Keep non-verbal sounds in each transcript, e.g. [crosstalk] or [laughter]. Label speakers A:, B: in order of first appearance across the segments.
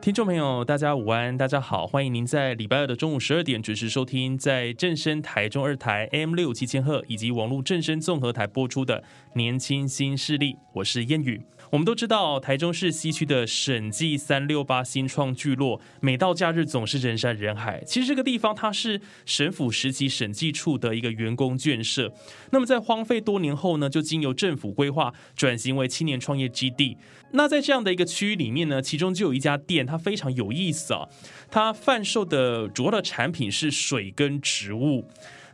A: 听众朋友，大家午安，大家好，欢迎您在礼拜二的中午十二点准时收听，在正声台中二台 M 六七千赫以及网络正声综合台播出的《年轻新势力》，我是燕语。我们都知道，台中市西区的审计三六八新创聚落，每到假日总是人山人海。其实这个地方它是省府时期审计处的一个员工眷舍，那么在荒废多年后呢，就经由政府规划转型为青年创业基地。那在这样的一个区域里面呢，其中就有一家店，它非常有意思啊。它贩售的主要的产品是水跟植物。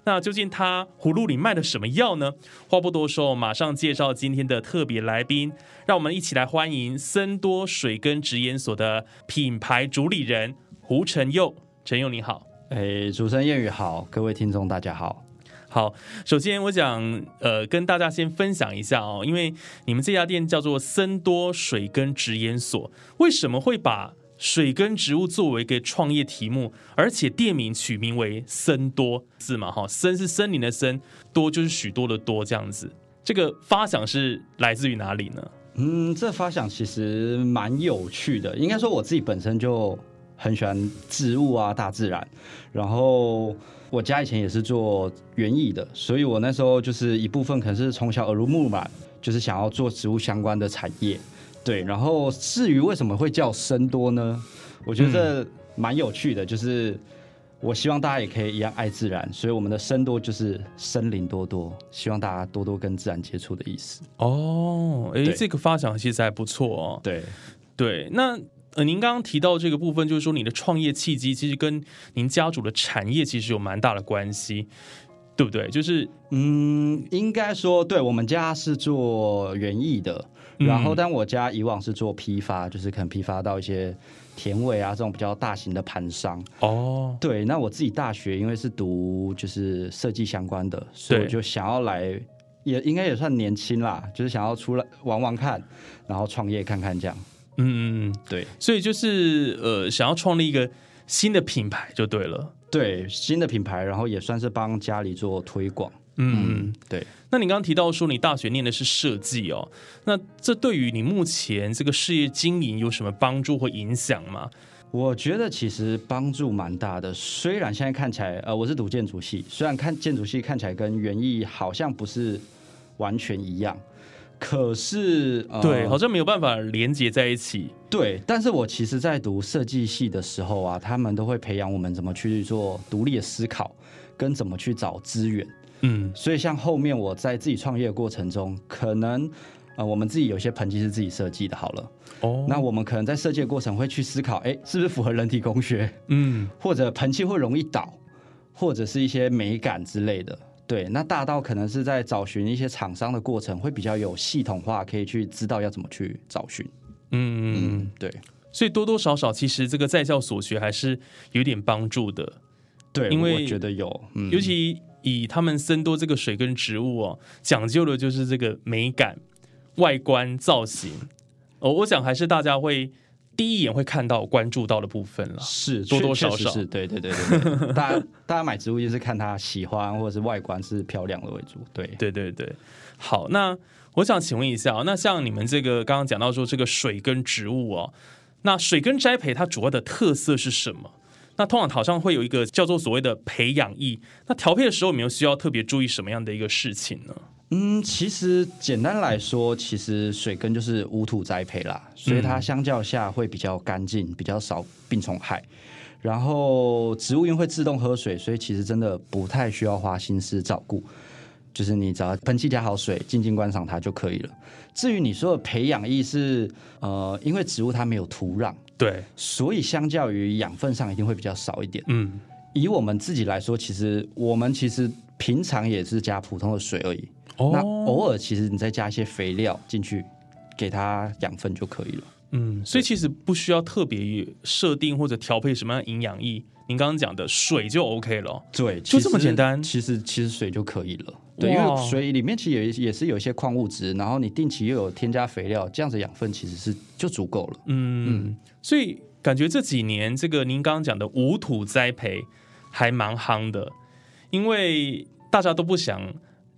A: 那究竟它葫芦里卖的什么药呢？话不多说，马上介绍今天的特别来宾，让我们一起来欢迎森多水根植研所的品牌主理人胡晨佑。晨佑你好，
B: 诶，主持人谚语好，各位听众大家好。
A: 好，首先我想呃跟大家先分享一下哦，因为你们这家店叫做森多水根植研所，为什么会把水根植物作为一个创业题目，而且店名取名为森多字嘛？哈，森是森林的森，多就是许多的多这样子。这个发想是来自于哪里呢？
B: 嗯，这发想其实蛮有趣的，应该说我自己本身就很喜欢植物啊，大自然。然后我家以前也是做园艺的，所以我那时候就是一部分可能是从小耳濡目染，就是想要做植物相关的产业。对，然后至于为什么会叫生多呢？我觉得这蛮有趣的，就是我希望大家也可以一样爱自然，所以我们的生多就是森林多多，希望大家多多跟自然接触的意思。
A: 哦，诶，
B: 对
A: 这个发想其实还不错哦。
B: 对，
A: 对，那呃，您刚刚提到这个部分，就是说你的创业契机其实跟您家族的产业其实有蛮大的关系，对不对？就是
B: 嗯，应该说，对我们家是做园艺的，
A: 嗯
B: 然后但我家以往是做批发，就是可能批发到一些田尾啊这种比较大型的盘商。
A: 哦，
B: 对，那我自己大学因为是读就是设计相关的，所以我
A: 对
B: 就想要来，也应该也算年轻啦，就是想要出来玩玩看，然后创业看看这样。
A: 嗯，嗯嗯
B: 对
A: 所以就是呃，想要创立一个新的品牌就对了。
B: 对，新的品牌，然后也算是帮家里做推广。
A: 嗯，嗯，
B: 对。
A: 那你刚刚提到说你大学念的是设计哦，那这对于你目前这个事业经营有什么帮助或影响吗？
B: 我觉得其实帮助蛮大的，虽然现在看起来，呃，我是读建筑系，虽然看建筑系看起来跟园艺好像不是完全一样，可是、呃、
A: 对，好像没有办法连接在一起。
B: 对，但是我其实，在读设计系的时候啊，他们都会培养我们怎么去做独立的思考，跟怎么去找资源。
A: 嗯，
B: 所以像后面我在自己创业的过程中，可能呃我们自己有些盆景是自己设计的，好了，
A: 哦，
B: 那我们可能在设计的过程会去思考，哎，是不是符合人体工学？
A: 嗯，
B: 或者盆器会容易倒，或者是一些美感之类的。对，那大到可能是在找寻一些厂商的过程，会比较有系统化，可以去知道要怎么去找寻。
A: 嗯，
B: 嗯，对，
A: 所以多多少少，其实这个在校所学还是有点帮助的，
B: 对，
A: 因为
B: 我觉得有，嗯，
A: 尤其以他们僧多这个水跟植物哦，讲究的就是这个美感、外观、造型。哦，我想还是大家会第一眼会看到、关注到的部分了。
B: 是
A: 多
B: 确
A: 多少
B: 确实
A: 少
B: 是对对对对对大家 [laughs] 大家买植物就是看它喜欢或者是外观是漂亮的为主，对，
A: 对对对，好，那我想请问一下、哦，那像你们这个刚刚讲到说这个水跟植物哦，那水跟栽培它主要的特色是什么？那通常好像会有一个叫做所谓的培养液，那调配的时候有没有需要特别注意什么样的一个事情呢？
B: 嗯，其实简单来说，其实水根就是无土栽培啦，所以它相较下会比较干净，比较少病虫害。然后植物因为会自动喝水，所以其实真的不太需要花心思照顾。就是你只要喷漆加好水，静静观赏它就可以了。至于你说的培养液是，呃，因为植物它没有土壤，
A: 对，
B: 所以相较于养分上一定会比较少一点。
A: 嗯，
B: 以我们自己来说，其实我们其实平常也是加普通的水而已。那
A: 哦，
B: 偶尔其实你再加一些肥料进去，给它养分就可以了。
A: 嗯，所以其实不需要特别设定或者调配什么样的营养液，您刚刚讲的水就 OK 了哦。
B: 对，
A: 就
B: 其
A: 这么
B: 实
A: 简单
B: 其实其实水就可以了。对，因
A: 哇
B: 为水里面其实也也是有一些矿物质，然后你定期又有添加肥料，这样子养分其实是就足够了。
A: 嗯，所以感觉这几年这个您刚刚讲的无土栽培还蛮夯的，因为大家都不想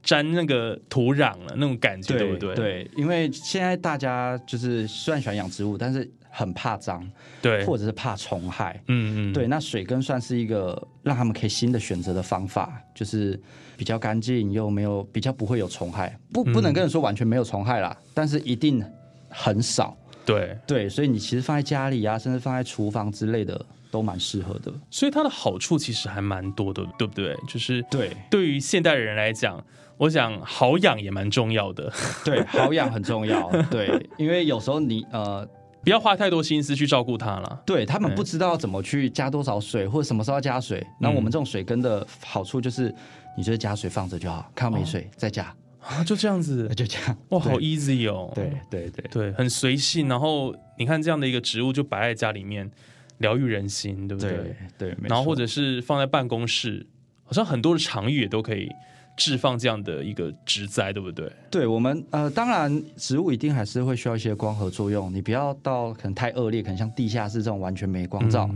A: 沾那个土壤了，那种感觉，对不对？
B: 对，因为现在大家就是虽然喜欢养植物，但是很怕脏，
A: 对，
B: 或者是怕虫害。
A: 嗯嗯，
B: 对，那水根算是一个让他们可以新的选择的方法，就是比较干净又没有比较不会有虫害，不不能跟你说完全没有虫害啦，但是一定很少。
A: 对，
B: 对，所以你其实放在家里啊，甚至放在厨房之类的，都蛮适合的。
A: 所以它的好处其实还蛮多的，对不对？就是
B: 对
A: 对于现代人来讲，我想好养也蛮重要的， [laughs]
B: 对，好养很重 [laughs] 要。对，因为有时候你呃，
A: 不要花太多心思去照顾它了。
B: 对他们
A: 对
B: 不知道怎么去加多少水，或者什么时候要加水。那我们这种水根的好处就是，你就是加水放着就好，看到没水、再加，
A: 啊，就这样子，
B: 就这样。
A: 哇，
B: 对
A: 好 easy 哦。
B: 对对对
A: 对，很随性。然后你看这样的一个植物就摆在家里面，疗愈人心，对不对？
B: 对对，没
A: 然后
B: 错
A: 或者是放在办公室，好像很多的场域也都可以置放这样的一个植栽，对不对？
B: 对我们呃，当然植物一定还是会需要一些光合作用，你不要到可能太恶劣，可能像地下室这种完全没光照，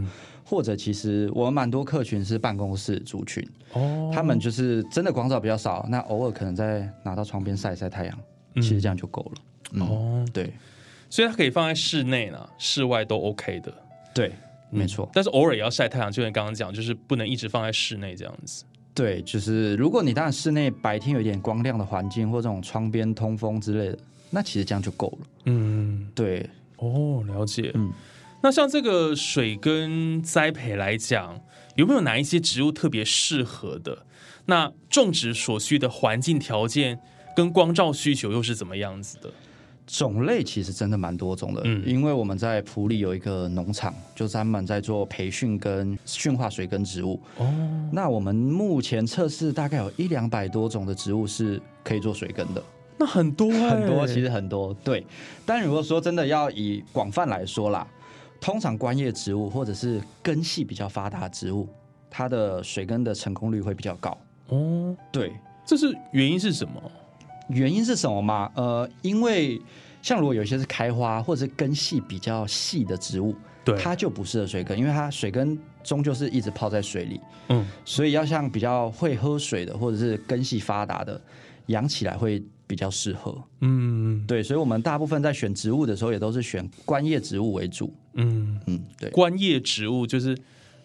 B: 或者其实我们蛮多客群是办公室族群，
A: 哦
B: 他们就是真的光照比较少，那偶尔可能再拿到窗边晒一晒太阳，其实这样就嗯够了。
A: 嗯哦，
B: 对
A: 所以它可以放在室内呢，室外都 OK 的，嗯
B: 对，嗯没错。
A: 但是偶尔也要晒太阳，就像你刚刚讲，就是不能一直放在室内这样子。
B: 对，就是如果你当然室内白天有一点光亮的环境，或这种窗边通风之类的，那其实这样就够了。
A: 嗯，
B: 对，
A: 哦，了解。
B: 嗯
A: 那像这个水根栽培来讲，有没有哪一些植物特别适合的？那种植所需的环境条件跟光照需求又是怎么样子的？
B: 种类其实真的蛮多种的，
A: 嗯
B: 因为我们在普里有一个农场，就专门在做培训跟驯化水根植物。
A: 哦，
B: 那我们目前测试大概有一两百多种的植物是可以做水根的，
A: 那很多、欸、
B: 很多其哎实很多。对，但如果说真的要以广泛来说啦，通常观叶植物或者是根系比较发达的植物，它的水根的成功率会比较高。
A: 哦，
B: 对，
A: 这是原因是什么？
B: 原因是什么吗？呃，因为像如果有些是开花或者是根系比较细的植物，
A: 对
B: 它就不适合水根，因为它水根终究是一直泡在水里，
A: 嗯，
B: 所以要像比较会喝水的或者是根系发达的，养起来会比较适合。
A: 嗯
B: 对，所以我们大部分在选植物的时候，也都是选观叶植物为主。
A: 嗯，
B: 嗯，对，
A: 观叶植物就是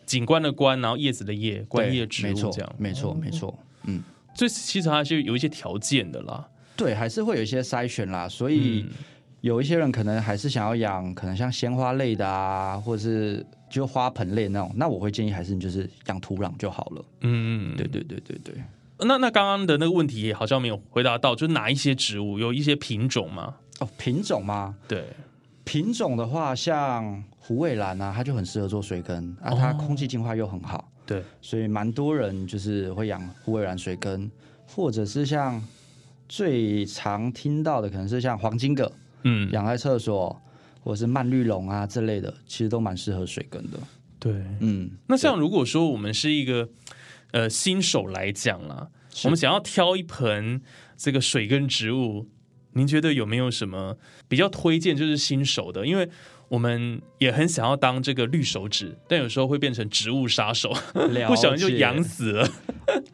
A: 景观的观，然后叶子的叶，观叶植
B: 没
A: 物
B: 错
A: 这样，。哦
B: 没错，没错。嗯，
A: 这其实它是有一些条件的啦。
B: 对，还是会有一些筛选啦，所以。
A: 嗯
B: 有一些人可能还是想要养，可能像鲜花类的啊，或者是就花盆类那种。那我会建议还是你就是养土壤就好了。
A: 嗯嗯，嗯
B: 对对对对对，
A: 那那刚刚的那个问题也好像没有回答到，就是哪一些植物有一些品种吗？
B: 哦，品种嘛，
A: 对，
B: 品种的话，像虎尾兰啊，它就很适合做水根啊，它
A: 哦
B: 空气净化又很好，
A: 对，
B: 所以蛮多人就是会养虎尾兰水根，或者是像最常听到的可能是像黄金葛，
A: 嗯，
B: 养在厕所。或者是蔓绿龙啊之类的，其实都蛮适合水根的。
A: 对。
B: 嗯，
A: 那像如果说我们是一个呃新手来讲啦，我们想要挑一盆这个水根植物，您觉得有没有什么比较推荐就是新手的？因为我们也很想要当这个绿手指，但有时候会变成植物杀手，[laughs]
B: 了
A: 不小心就
B: 解
A: 养死了。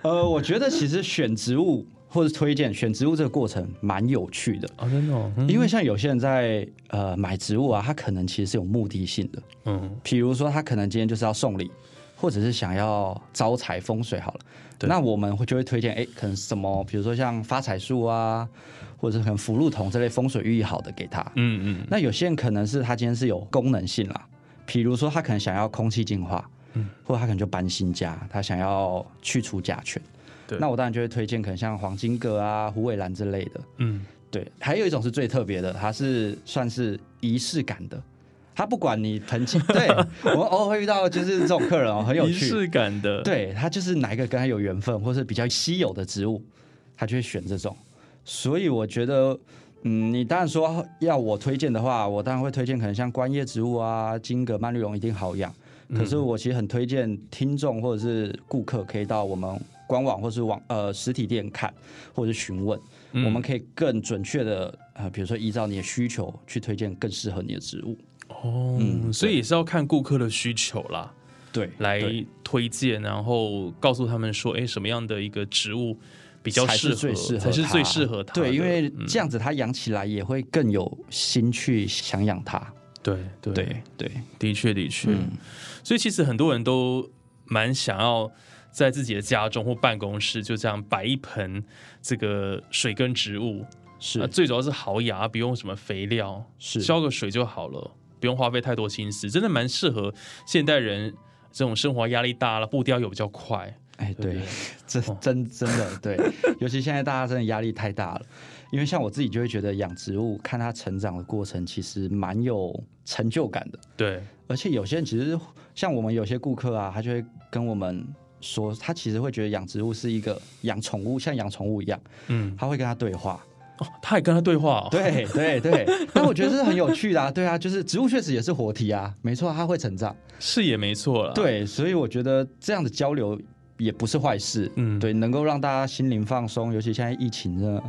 B: 呃，我觉得其实选植物或者推荐选植物这个过程蛮有趣的，
A: 哦，真的、哦，
B: 因为像有些人在呃买植物啊，他可能其实是有目的性的，
A: 嗯，
B: 比如说他可能今天就是要送礼，或者是想要招财风水好了，
A: 对
B: 那我们会就会推荐哎，可能什么，比如说像发财树啊，或者是可能福禄桶这类风水寓意好的给他。
A: 嗯嗯，
B: 那有些人可能是他今天是有功能性啦，比如说他可能想要空气净化，嗯，或者他可能就搬新家，他想要去除甲醛，
A: 对
B: 那我当然就会推荐可能像黄金葛啊、虎尾兰之类的。
A: 嗯，
B: 对，还有一种是最特别的，它是算是仪式感的。它不管你盆
A: [laughs]
B: 景，对我们偶尔会遇到就是这种客人哦，很有
A: 仪
B: 趣。
A: 式感的，，
B: 对他就是哪一个跟他有缘分，或是比较稀有的植物，他就会选这种。所以我觉得，嗯，你当然说要我推荐的话，我当然会推荐可能像观叶植物啊、金葛、蔓绿绒一定好养。可是我其实很推荐听众或者是顾客可以到我们官网或是网呃实体店看，或者是询问，
A: 嗯
B: 我们可以更准确的呃，比如说依照你的需求去推荐更适合你的植物。
A: 哦，
B: 嗯
A: 所以
B: 对
A: 也是要看顾客的需求啦，
B: 对，
A: 来
B: 对
A: 推荐，然后告诉他们说，哎，什么样的一个植物比较
B: 才
A: 适合，
B: 是最适合它，
A: 才是最适合它的，
B: 对，因为
A: 嗯
B: 这样子它养起来也会更有心去想养它。
A: 对对
B: 对对，
A: 的确的确，
B: 嗯
A: 所以其实很多人都蛮想要在自己的家中或办公室就这样摆一盆这个水跟植物，
B: 是、
A: 啊最主要是好养，不用什么肥料，
B: 是
A: 浇个水就好了，不用花费太多心思，真的蛮适合现代人这种生活压力大了，步调又比较快，
B: 哎，
A: 对
B: 对，真
A: 哦
B: 真真的 [laughs] 对，尤其现在大家真的压力太大了，因为像我自己就会觉得养植物，看它成长的过程其实蛮有成就感的。
A: 对，
B: 而且有些人其实像我们有些顾客啊，他就会跟我们说，他其实会觉得养植物是一个养宠物，像养宠物一样，
A: 嗯，
B: 他会跟他对话，
A: 哦，他也跟他对话、哦，
B: 对对 [laughs] 对，但我觉得这是很有趣的、啊，对啊，就是植物确实也是活体啊，没错，它会成长，
A: [laughs] 是也没错了，，
B: 对，所以我觉得这样的交流也不是坏事，
A: 嗯，
B: 对，能够让大家心灵放松，尤其现在疫情呢，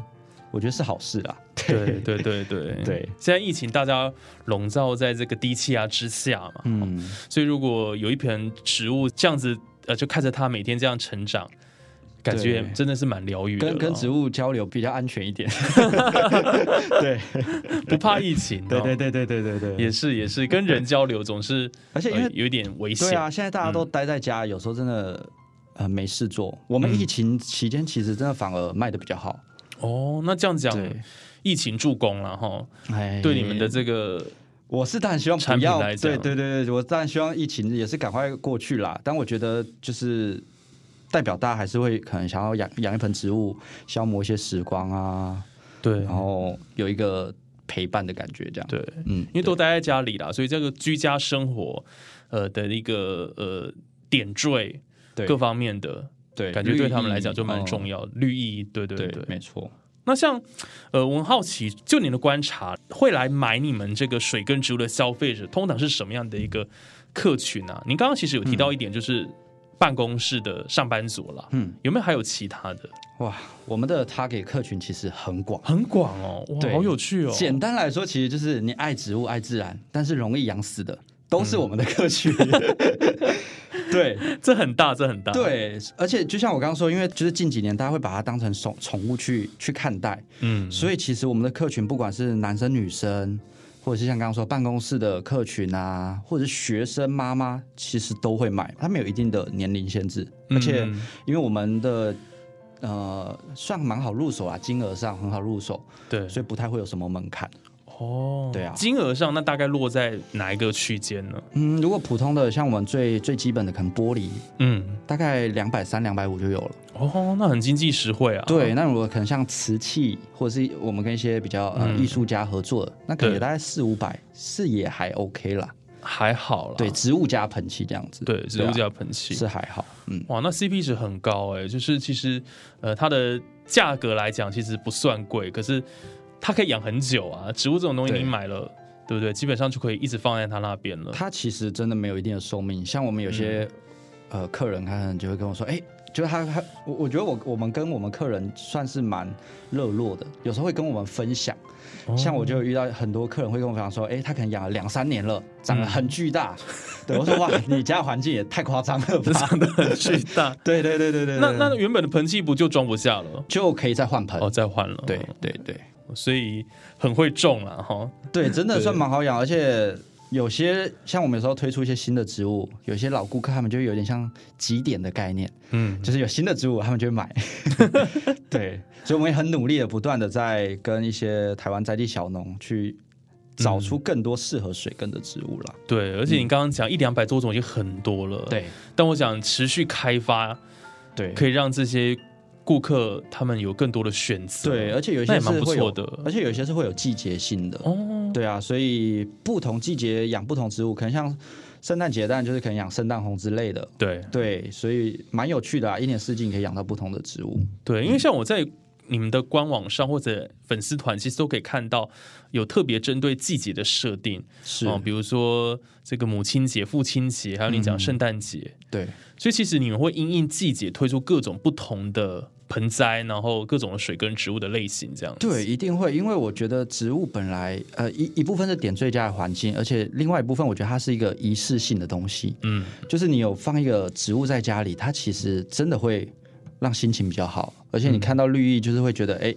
B: 我觉得是好事啦，
A: 对对对对
B: [laughs] 对，
A: 现在疫情大家笼罩在这个低气压之下嘛，
B: 嗯，
A: 所以如果有一盆植物这样子，呃，就看着它每天这样成长，感觉
B: 对
A: 真的是蛮疗愈的啦，
B: 跟跟植物交流比较安全一点，对，
A: 不怕疫情，
B: 对对
A: 哦，
B: 对对对对对，
A: 也是也是，跟人交流总是
B: [laughs] 而且因
A: 呃
B: 为
A: 有一点危险，
B: 对啊，现在大家都待在家，有时候真的呃没事做，我们疫情期间其实真的反而卖的比较好，
A: 哦，那这样讲，
B: 对，
A: 疫情助攻了哈，
B: 哎
A: 对你们的这个，
B: 我是当然希望
A: 产
B: 不
A: 品
B: 要，
A: 来
B: 对
A: 讲
B: 对对对，我当然希望疫情也是赶快过去啦。但我觉得就是代表大家还是会可能想要养养一盆植物，消磨一些时光啊，
A: 对
B: 然后有一个陪伴的感觉，这样。，
A: 对，
B: 嗯，
A: 因为都
B: 对
A: 待在家里啦，所以这个居家生活，呃的一个呃点缀
B: 对
A: 各方面的。
B: 对
A: 感觉对他们来讲就蛮重
B: 要。
A: 要，绿意，对对
B: 对
A: 对，
B: 没错。
A: 那像，呃，我很好奇，就你的观察，会来买你们这个水跟植物的消费者，通常是什么样的一个客群啊？您刚刚其实有提到一点，就是办公室的上班族啦，
B: 嗯，
A: 有没有还有其他的？
B: 哇，我们的 target 客群其实很广。
A: 很广哦，哇，
B: 对
A: 好有趣哦，
B: 简单来说，其实就是你爱植物、爱自然，但是容易养死的，都是我们的客群。
A: 嗯
B: [laughs] 对，
A: 这很大，这很大，，
B: 对，而且就像我刚刚说，因为就是近几年大家会把它当成宠宠物去去看待，
A: 嗯，
B: 所以其实我们的客群不管是男生女生，或者是像刚刚说办公室的客群啊，或者是学生妈妈，其实都会买，他们有一定的年龄限制，而且
A: 嗯
B: 因为我们的。呃，算蛮好入手啊，金额上很好入手，
A: 对，
B: 所以不太会有什么门槛。
A: 哦，
B: 对啊
A: 金额上那大概落在哪一个区间呢？
B: 嗯，如果普通的像我们最最基本的，可能玻璃
A: 嗯，
B: 大概两百三、两百五就有了。
A: 哦，那很经济实惠啊，
B: 对，，那如果可能像瓷器，或者是我们跟一些比较呃
A: 嗯
B: 艺术家合作的，那可能
A: 对
B: 也大概四五百，是也还 OK 啦。
A: 还好啦，
B: 对，植物加盆器这样子，
A: 对，植物
B: 啊
A: 加喷气
B: 是还好，嗯，
A: 哇，那 CP 值很高哎、就是其实呃，它的价格来讲其实不算贵，可是它可以养很久啊。植物这种东西
B: 对
A: 你买了，对不对？基本上就可以一直放在它那边了。
B: 它其实真的没有一定的寿命。像我们有
A: 嗯
B: 些、呃客人，他可能就会跟我说，哎、就是他，他我我觉得我我们跟我们客人算是蛮热络的，有时候会跟我们分享。
A: 哦
B: 像我就有遇到很多客人会跟我分享说，哎、他可能养了两三年了，长
A: 嗯
B: 得很巨大。 [laughs] 对我说，哇，你家环境也太夸张了
A: [laughs]
B: 吧？，
A: 长得很巨大
B: [laughs] 对对对对对
A: 那那原本的盆器不就装不下了？
B: 就可以再换盆。
A: 哦，再换了。哦
B: 对对对
A: 所以很会种了哈。 [laughs]
B: 对，真的
A: 对
B: 算蛮好养，而且有些像我们有时候推出一些新的植物，有些老顾客他们就有点像极点的概念，
A: 嗯，
B: 就是有新的植物他们就会
A: [laughs]
B: 买。对，所以我们也很努力的不断的在跟一些台湾在地小农去找出更多适合水根的植物啦。
A: 对，而且你刚刚讲一两百多种已经很多了。，
B: 嗯对
A: 但我想持续开发，
B: 对，
A: 可以让这些顾客他们有更多的选择。
B: 对，而且有一
A: 那
B: 些
A: 也蛮
B: 是
A: 不
B: 会
A: 错
B: 有
A: 的
B: 而且有一些是会有季节性的。
A: 哦，
B: 对啊，所以不同季节养不同植物，可能像圣诞节，当然就是可能养圣诞红之类的。
A: 对
B: 对，所以蛮有趣的啊，一年四季你可以养到不同的植物。
A: 对，因为像我在你们的官网上或者粉丝团，其实都可以看到有特别针对季节的设定，
B: 是
A: 哦，比如说这个母亲节、父亲节，还有你
B: 嗯
A: 讲圣诞节，
B: 对，
A: 所以其实你们会因应季节推出各种不同的盆栽，然后各种的水跟植物的类型，这样子
B: 对，一定会，因为我觉得植物本来，呃，一一部分是点缀家的环境，而且另外一部分，我觉得它是一个仪式性的东西。
A: 嗯，
B: 就是你有放一个植物在家里，它其实真的会让心情比较好，而
A: 嗯
B: 且你看到绿意，就是会觉得，哎、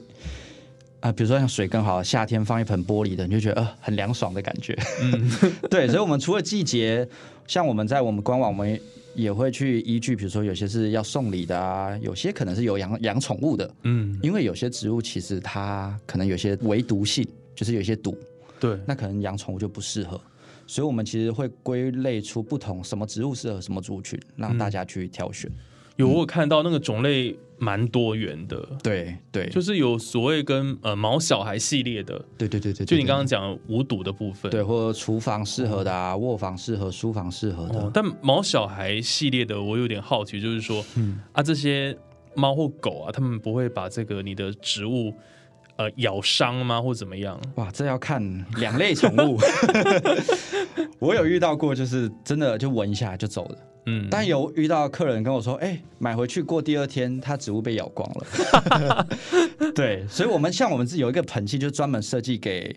B: 啊，比如说像水更好，夏天放一盆玻璃的，你就觉得呃很凉爽的感觉。嗯， [laughs] 对，所以我们除了季节，像我们在我们官网，我们也会去依据，比如说有些是要送礼的啊，有些可能是有养养宠物的，
A: 嗯，
B: 因为有些植物其实它可能有些唯毒性，就是有一些毒，
A: 对，
B: 那可能养宠物就不适合。所以，我们其实会归类出不同什么植物适合什么族群，让
A: 嗯
B: 大家去挑选。嗯
A: 有我有看到那个种类蛮多元的。
B: 对对，
A: 就是有所谓跟呃毛小孩系列的，
B: 对对对对，
A: 就
B: 对
A: 你刚刚讲的无毒的部分，
B: 对，或者厨房适合的啊，卧房适合，书房适合的。啊
A: 哦，但毛小孩系列的，我有点好奇，就是说，
B: 嗯
A: 啊，这些猫或狗啊，它们不会把这个你的植物呃咬伤吗，或怎么样？
B: 哇，这要看两类宠物。 [laughs] 我有遇到过，就是真的就闻一下就走了。
A: 嗯，
B: 但有遇到客人跟我说，哎、买回去过第二天，它植物被咬光了。 [laughs] 对，所以我们像我们自己有一个盆器，就专门设计给，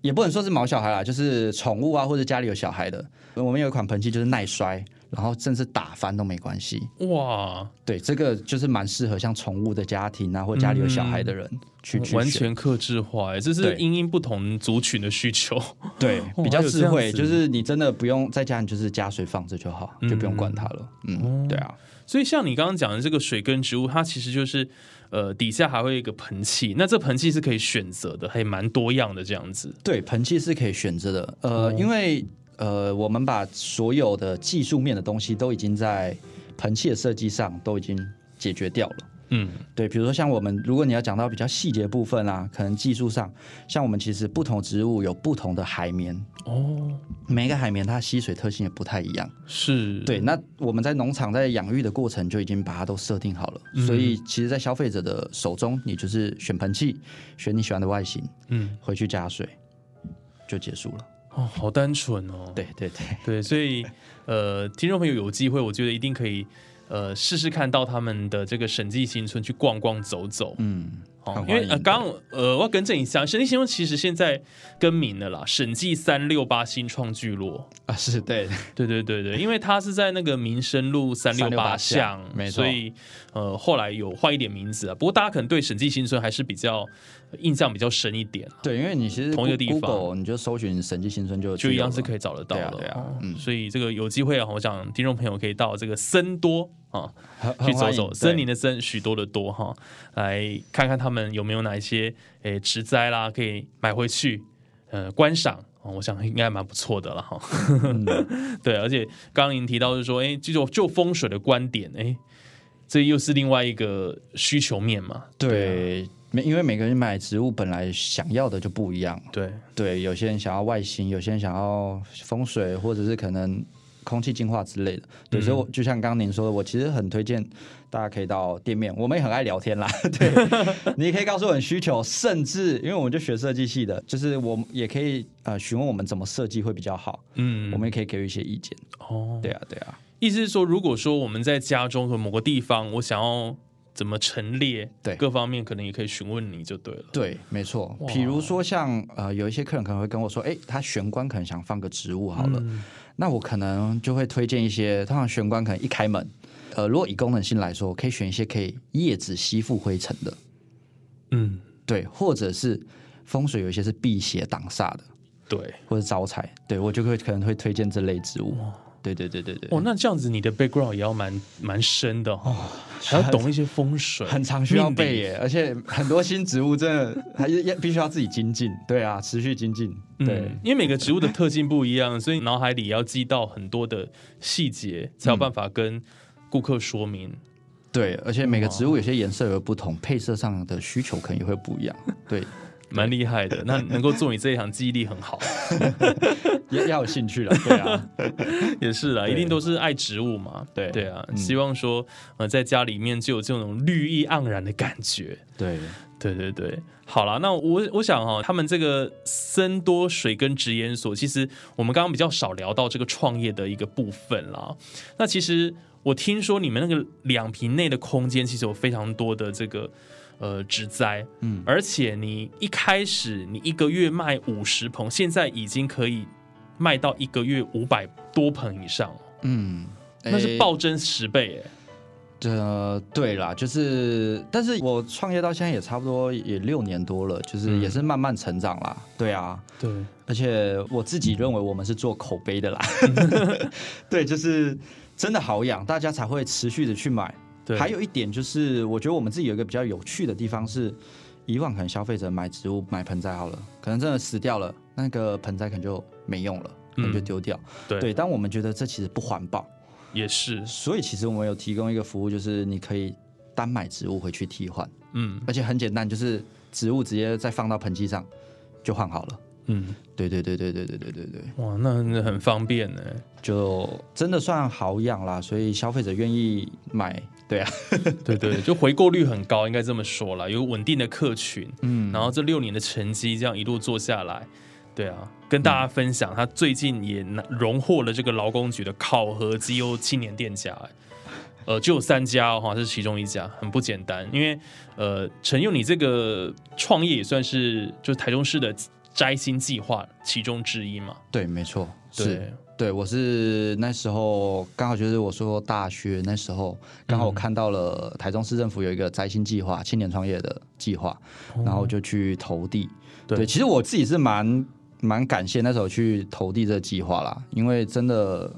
B: 也不能说是毛小孩啦，就是宠物啊或者家里有小孩的。我们有一款盆器就是耐摔，然后甚至打翻都没关系。
A: 哇，
B: 对，这个就是蛮适合像宠物的家庭啊，或家里有小孩的人去去
A: 嗯完
B: 选
A: 全克制化，哎这是
B: 对
A: 因应不同族群的需求。
B: 对
A: 哦
B: 比较
A: 还有这
B: 智
A: 样
B: 慧，
A: 子
B: 就是你真的不用在家，你就是加水放着就好，就不用管它了。嗯，对啊，
A: 所以像你刚刚讲的这个水根植物，它其实就是呃底下还会有一个盆器，那这盆器是可以选择的，还蛮多样的这样子。
B: 对，盆器是可以选择的。呃，因为呃，我们把所有的技术面的东西都已经在盆器的设计上都已经解决掉了。
A: 嗯，
B: 对，比如说像我们，如果你要讲到比较细节部分啊，可能技术上，像我们其实不同植物有不同的海绵，
A: 哦，
B: 每一个海绵它吸水特性也不太一样。
A: 是，
B: 对，那我们在农场在养育的过程就已经把它都设定好了，所以其实，在消费者的手中，你就是选盆器，选你喜欢的外形，
A: 嗯，
B: 回去加水就结束了。
A: 哦，好单纯哦。
B: 对对对，
A: 对，所以呃，听众朋友有机会，我觉得一定可以呃试试看到他们的这个审计新村去逛逛走走。
B: 嗯，很
A: 哦
B: 欢，
A: 因为
B: 迎
A: 呃，
B: 的
A: 刚刚呃，我要更正一下，审计新村其实现在更名了啦，审计三六八新创聚落。
B: 啊
A: [laughs]
B: 是对，
A: 对对对对，因为它是在那个民生路三六八巷
B: 368巷，没错
A: 所以呃后来有换一点名字啊。不过大家可能对审计新村还是比较呃印象比较深一点啊，
B: 对，因为你其实
A: 同一个地方
B: Google 你就搜寻审计新村就
A: 就一样是可
B: 以。
A: 以找得到
B: 对啊
A: 的。
B: 对啊
A: 哦
B: 嗯
A: 所以这个有机会啊，我想听众朋友可以到这个森多啊
B: 很
A: 去
B: 很
A: 走
B: 欢迎
A: 走，
B: 对
A: 森林的森，许多的多哈，来看看他们有没有哪一些诶植栽啦，可以买回去呃观赏。哦我想应该蛮不错的了哈，
B: 嗯
A: [laughs] 对，而且刚刚您提到是说，哎，就就风水的观点，哎，这又是另外一个需求面嘛，啊
B: 对，啊每因为每个人买植物本来想要的就不一样，
A: 对，
B: 对，有些人想要外形，有些人想要风水，或者是可能空气净化之类的。对，所以
A: 嗯
B: 我就像刚刚您说的，我其实很推荐大家可以到店面，我们也很爱聊天啦。 [laughs]
A: [laughs]
B: 对，你也可以告诉我你需求，甚至因为我们就学设计系的，就是我们也可以呃询问我们怎么设计会比较好，
A: 嗯，
B: 我们也可以给予一些意见。
A: 哦，
B: 对啊，对啊，
A: 意思是说，如果说我们在家中和某个地方，我想要怎么陈列，
B: 对
A: 各方面可能也可以询问你就对了。
B: 对，没错。
A: 哇
B: 比如说像呃，有一些客人可能会跟我说，哎，他玄关可能想放个植物好了，
A: 嗯
B: 那我可能就会推荐一些，通常玄关可能一开门，呃，如果以功能性来说，我可以选一些可以叶子吸附灰尘的，
A: 嗯，
B: 对，或者是风水有一些是辟邪挡煞的，
A: 对。
B: 或者招财，对我就会可能会推荐这类植物。对对对对对，
A: 哦，那这样子你的 background 也要蛮蛮深的哦，还要懂一些风水，
B: 很常需要
A: 命理
B: 备耶，而且很多新植物真的还是要必须要自己精进，对啊，持续精进，对。
A: 嗯，因为每个植物的特性不一样，所以脑海里要记到很多的细节，才有办法跟顾客说明。
B: 对，而且每个植物有些颜色有不同，配色上的需求可能也会不一样。对，
A: 蛮厉害 [laughs] 的。那能够做你这一行，记忆力很好，
B: 也 [laughs] 要有兴趣了。对啊，
A: [laughs] 也是啦，
B: 对
A: 一定都是爱植物嘛。
B: 对
A: 对啊，
B: 嗯
A: 希望说呃，在家里面就有这种绿意盎然的感觉。
B: [laughs] 对，
A: 对对对，好啦，那我我想哈、哦，他们这个僧多水跟植研所，其实我们刚刚比较少聊到这个创业的一个部分啦。那其实我听说你们那个两平内的空间，其实有非常多的这个呃植栽，
B: 嗯，
A: 而且你一开始你一个月卖五十盆，现在已经可以卖到一个月五百多盆以上，
B: 嗯，
A: 那是
B: 诶
A: 暴增十倍哎、
B: 呃，对啦，就是，但是我创业到现在也差不多也六年多了，就是
A: 嗯
B: 也是慢慢成长啦。对啊，
A: 对，
B: 而且我自己认为我们是做口碑的 [laughs] 啦。对，就是真的好养，大家才会持续的去买。
A: 对
B: 还有一点就是，我觉得我们自己有一个比较有趣的地方是，以往可能消费者买植物买盆栽好了，可能真的死掉了，那个盆栽可能就没用了，可能就
A: 嗯
B: 丢掉。
A: 对
B: 对，但我们觉得这其实不环保。
A: 也是，
B: 所以其实我们有提供一个服务，就是你可以单买植物回去替换，
A: 嗯
B: 而且很简单，就是植物直接再放到盆器上就换好了。
A: 嗯，
B: 对对对对对对对对对，
A: 哇，那那很方便呢、
B: 就真的算好养啦，所以消费者愿意买。对啊，
A: 对对，就回购率很高，应该这么说啦，有稳定的客群，
B: 嗯
A: 然后这六年的成绩这样一路做下来，对啊，
B: 嗯
A: 跟大家分享，他最近也拿荣获了这个劳工局的考核绩优青年店家、哎呃，就有三家哦，好像是其中一家，很不简单，因为呃，陈佑你这个创业也算是就是台中市的摘星计划其中之一嘛，
B: 对，没错，是，
A: 对，
B: 对我是那时候刚好就是我说大学那时候刚
A: 嗯
B: 好我看到了台中市政府有一个摘星计划，青年创业的计划，然后就去投递。
A: 哦对
B: 对，其实我自己是蛮蛮感谢那时候去投递这个计划啦，因为真的，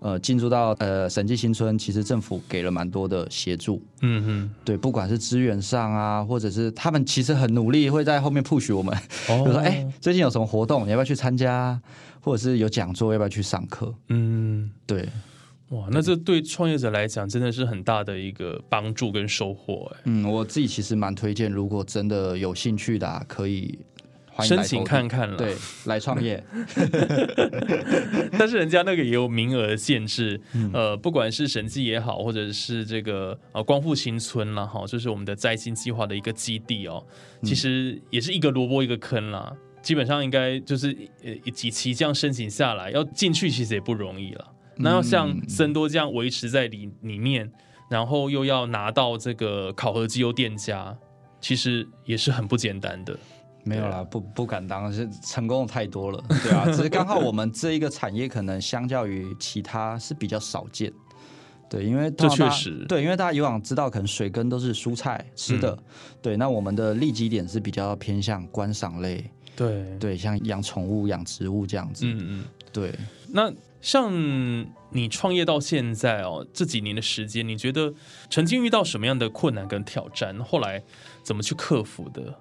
B: 呃，进入到呃审计新村，其实政府给了蛮多的协助，
A: 嗯嗯，
B: 对，不管是资源上啊，或者是他们其实很努力，会在后面 push 我们， [laughs]
A: 哦
B: 就说哎、最近有什么活动，你要不要去参加？或者是有讲座，要不要去上课？
A: 嗯。
B: 对，
A: 哇，那这对创业者来讲真的是很大的一个帮助跟收获哎。
B: 嗯，我自己其实蛮推荐，如果真的有兴趣的、啊，可以欢迎
A: 申
B: 来
A: 请
B: 投递
A: 看看了，
B: [laughs] 对，来
A: [laughs]
B: 创业，
A: 但是人家那个也有名额限制，呃，不管是审计也好，或者是这个呃光复新村啦，哈，就是我们的摘星计划的一个基地哦，其实也是一个萝卜一个坑啦，基本上应该就是呃几期这样申请下来，要进去其实也不容易了。那要像森多这样维持在里里面，然后又要拿到这个考核绩优店家，其实也是很不简单的。
B: 没
A: 啊
B: 有啦，不不敢当，是成功的太多了，对啊，只是刚好我们这一个产业可能相较于其他是比较少见，对，因为通常
A: 这
B: 大
A: 确实嗯
B: 对，因为大家以往知道可能水根都是蔬菜吃的，对，那我们的利基点是比较偏向观赏类，
A: 对，
B: 对，像养宠物、养植物这样子，
A: 嗯嗯。
B: 对，
A: 那像你创业到现在哦，这几年的时间，你觉得曾经遇到什么样的困难跟挑战？后来怎么去克服的？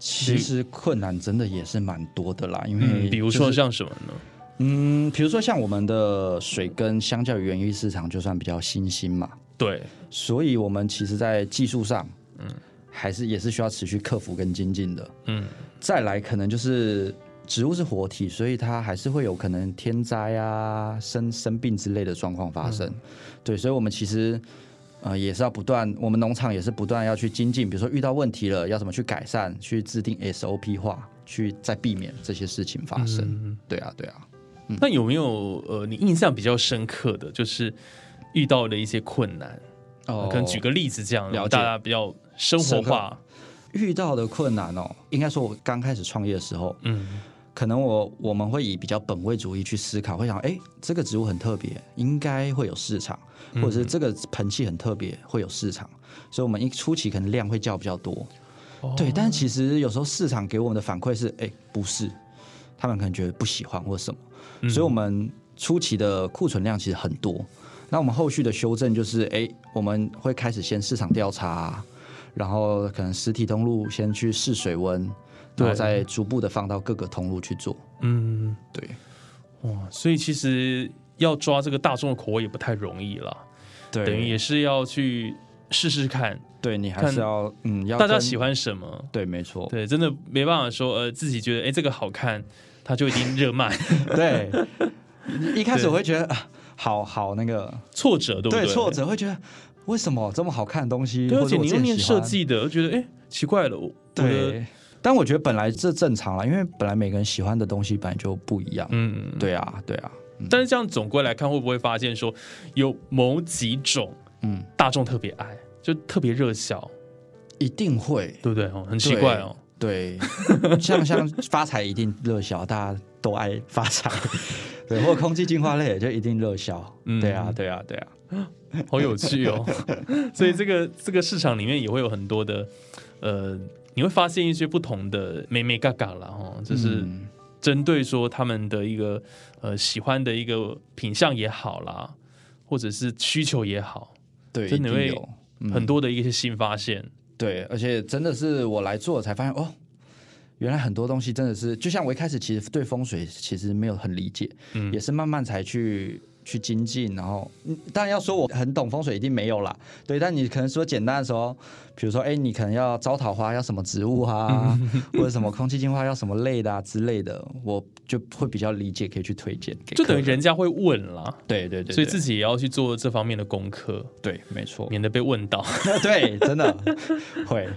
B: 其实困难真的也是蛮多的啦，因为、
A: 嗯，比如说。像什么呢？
B: 嗯，比如说像我们的水根，相较于园艺市场就算比较新兴嘛，
A: 对，
B: 所以我们其实，在技术上，嗯，还是也是需要持续克服跟精进的。
A: 嗯
B: 再来，可能就是植物是活体，所以它还是会有可能天灾啊、生生病之类的状况发
A: 嗯
B: 生。对，所以我们其实。呃，也是要不断，我们农场也是不断要去精进，比如说遇到问题了，要怎么去改善，去制定 SOP 化，去再避免这些事情发生。
A: 嗯
B: 对啊，对啊，
A: 那有没有呃，你印象比较深刻的就是遇到的一些困难？
B: 哦
A: 可能举个例子这样，
B: 了解
A: 大家比较生活化。
B: 遇到的困难哦，应该说我刚开始创业的时候，
A: 嗯
B: 可能我我们会以比较本位主义去思考，会想，哎，这个植物很特别，应该会有市场，
A: 嗯
B: 或者是这个盆器很特别，会有市场，所以我们一初期可能量会叫比较多，
A: 哦
B: 对，但其实有时候市场给我们的反馈是，哎，不是，他们可能觉得不喜欢或什么，
A: 嗯
B: 所以我们初期的库存量其实很多，那我们后续的修正就是，哎，我们会开始先市场调查、然后可能实体通路先去试水温。然后
A: 对
B: 再逐步的放到各个通路去做，
A: 嗯，
B: 对，
A: 哇，所以其实要抓这个大众的口味也不太容易啦。
B: 对
A: 等于也是要去试试看，
B: 对你还
A: 看
B: 是要嗯，要
A: 大家
B: 真
A: 喜欢什么。
B: 对，没错，
A: 对，真的没办法说，呃，自己觉得哎、这个好看，他就已经热
B: [laughs]
A: 卖 [laughs]
B: 对。一一开始
A: 对
B: 我会觉得啊，好好那个，
A: 挫折，对不
B: 对
A: 对
B: 挫折会觉得为什么这么好看的东西，
A: 对，而
B: 或者
A: 且
B: 我
A: 你
B: 自
A: 又
B: 己
A: 念
B: 喜欢
A: 设，计的，我觉得哎、奇怪了，我我的
B: 对。但我觉得本来这正常了，因为本来每个人喜欢的东西本来就不一样。
A: 嗯，
B: 对啊，对啊，
A: 但是这样总归来看，会不会发现说有某几种
B: 嗯，
A: 大众特别爱，就特别热销，
B: 一定会。
A: 对不对？哦，很奇怪哦。
B: 对， [laughs] 像像发财一定热销，大家都爱发财。 [laughs] 对，或者空气净化类也就一定热销。
A: 嗯
B: 对啊，对啊，对啊，
A: 好有趣
B: [laughs]
A: 哦。所以这个这个市场里面也会有很多的，呃，你会发现一些不同的美美嘎嘎啦，哦，就是
B: 嗯
A: 针对说他们的一个呃喜欢的一个品相也好啦，或者是需求也好，
B: 对，
A: 真的
B: 一定
A: 会
B: 有嗯
A: 很多的一些新发现。
B: 对，而且真的是我来做才发现哦，原来很多东西真的是，就像我一开始其实对风水其实没有很理解，
A: 嗯
B: 也是慢慢才去去精进，然后嗯当然要说我很懂风水一定没有啦，对，但你可能说简单的时候，比如说哎，你可能要招桃花要什么植物
A: [laughs]
B: 啊，或者什么空气净化要什么类的啊之类的，我就会比较理解，可以去推荐给
A: 就
B: 客
A: 等于
B: 人，
A: 人家会问啦，
B: 对对对，
A: 所以
B: 对哦
A: 自己也要去做这方面的功课，
B: 对没错，
A: 免得被问到。
B: [laughs] 对，真的会，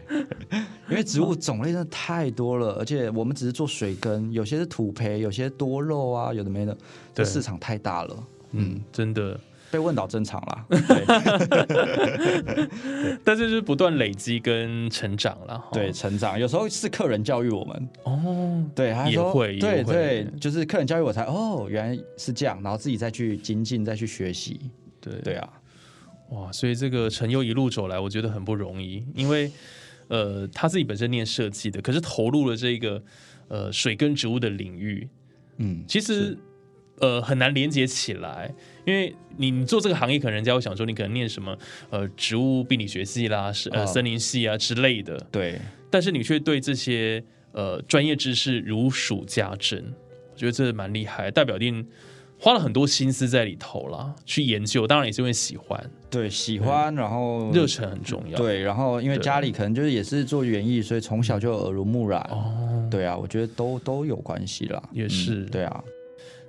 B: 因为植物种类真的太多了，而且我们只是做水根，有些是土培，有些多肉啊，有的没的，这
A: 对
B: 市场太大了，
A: 嗯，真的，
B: 被问倒正常啦。对
A: 但是就是不断累积跟成长啦。哦
B: [laughs] 对，成长有时候是客人教育我们，
A: 哦，
B: 对，他
A: 也
B: 说
A: 会也
B: 对
A: 会
B: 对，就是客人教育我才哦，原来是这样，然后自己再去精进，再去学习。
A: 对
B: 对啊，
A: 哇，所以这个陈佑一路走来，我觉得很不容易，因为呃他自己本身念设计的，可是投入了这个呃水跟植物的领域，
B: 嗯，
A: 其实呃很难连接起来，因为你你做这个行业，可能人家会想说你可能念什么呃植物病理学系啦，是呃
B: 啊
A: 森林系啊之类的，
B: 对，
A: 但是你却对这些呃专业知识如数家珍，我觉得这蛮厉害，代表一定花了很多心思在里头啦，去研究，当然也是因为喜欢。
B: 对，喜欢，然后
A: 热忱很重要。，
B: 嗯啊对，然后因为
A: 对
B: 家里可能就是也是做园艺，所以从小就耳濡目染。哦，对啊，我觉得都都有关系啦。
A: 也是
B: 对啊，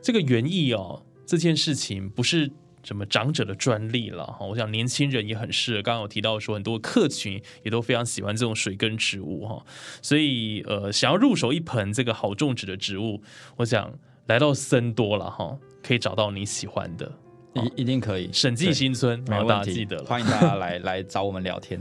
A: 这个园艺哦，这件事情不是什么长者的专利了哈。我想年轻人也很适合。刚刚有提到说，很多客群也都非常喜欢这种水根植物哈，所以呃，想要入手一盆这个好种植的植物，我想来到森多了哈，可以找到你喜欢的。好
B: 一一定可以。
A: 审计新村，
B: 没
A: 然后
B: 问
A: 大家
B: 题，
A: 记得了。
B: 欢迎大家来来找我们聊天。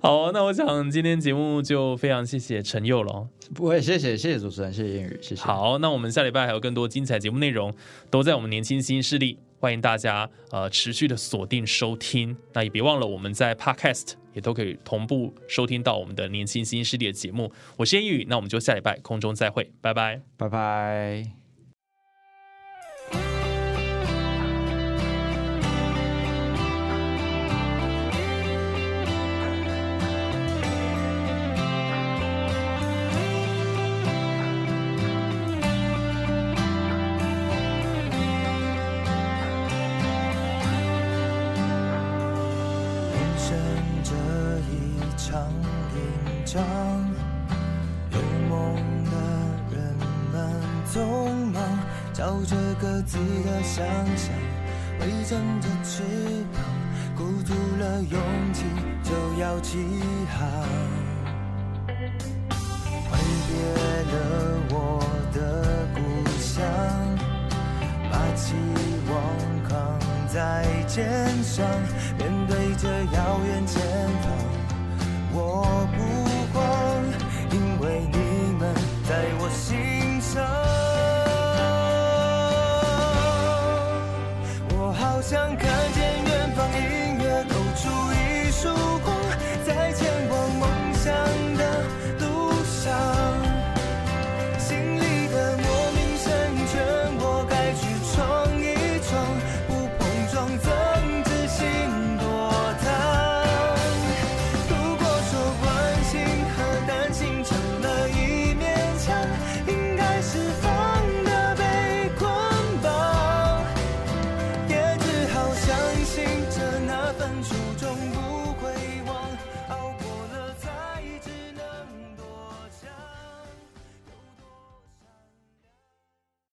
A: 好，那我想今天节目就非常谢谢陈佑了哦。
B: [laughs] 不会，谢谢谢谢主持人，谢谢谚语，谢谢。，
A: 好，那我们下礼拜还有更多精彩节目内容，都在我们年轻新势力，欢迎大家呃持续的锁定收听。那也别忘了我们在 Podcast 也都可以同步收听到我们的年轻新势力的节目。我是燕宇，那我们就下礼拜空中再会，拜拜。
B: 拜拜。
C: 人生这一场演唱，有梦的人们匆忙，朝着各自的想象，挥张着翅膀，鼓足了勇气就要起航。挥别了我的故乡。把期望扛在肩上，面对着遥远前方，我不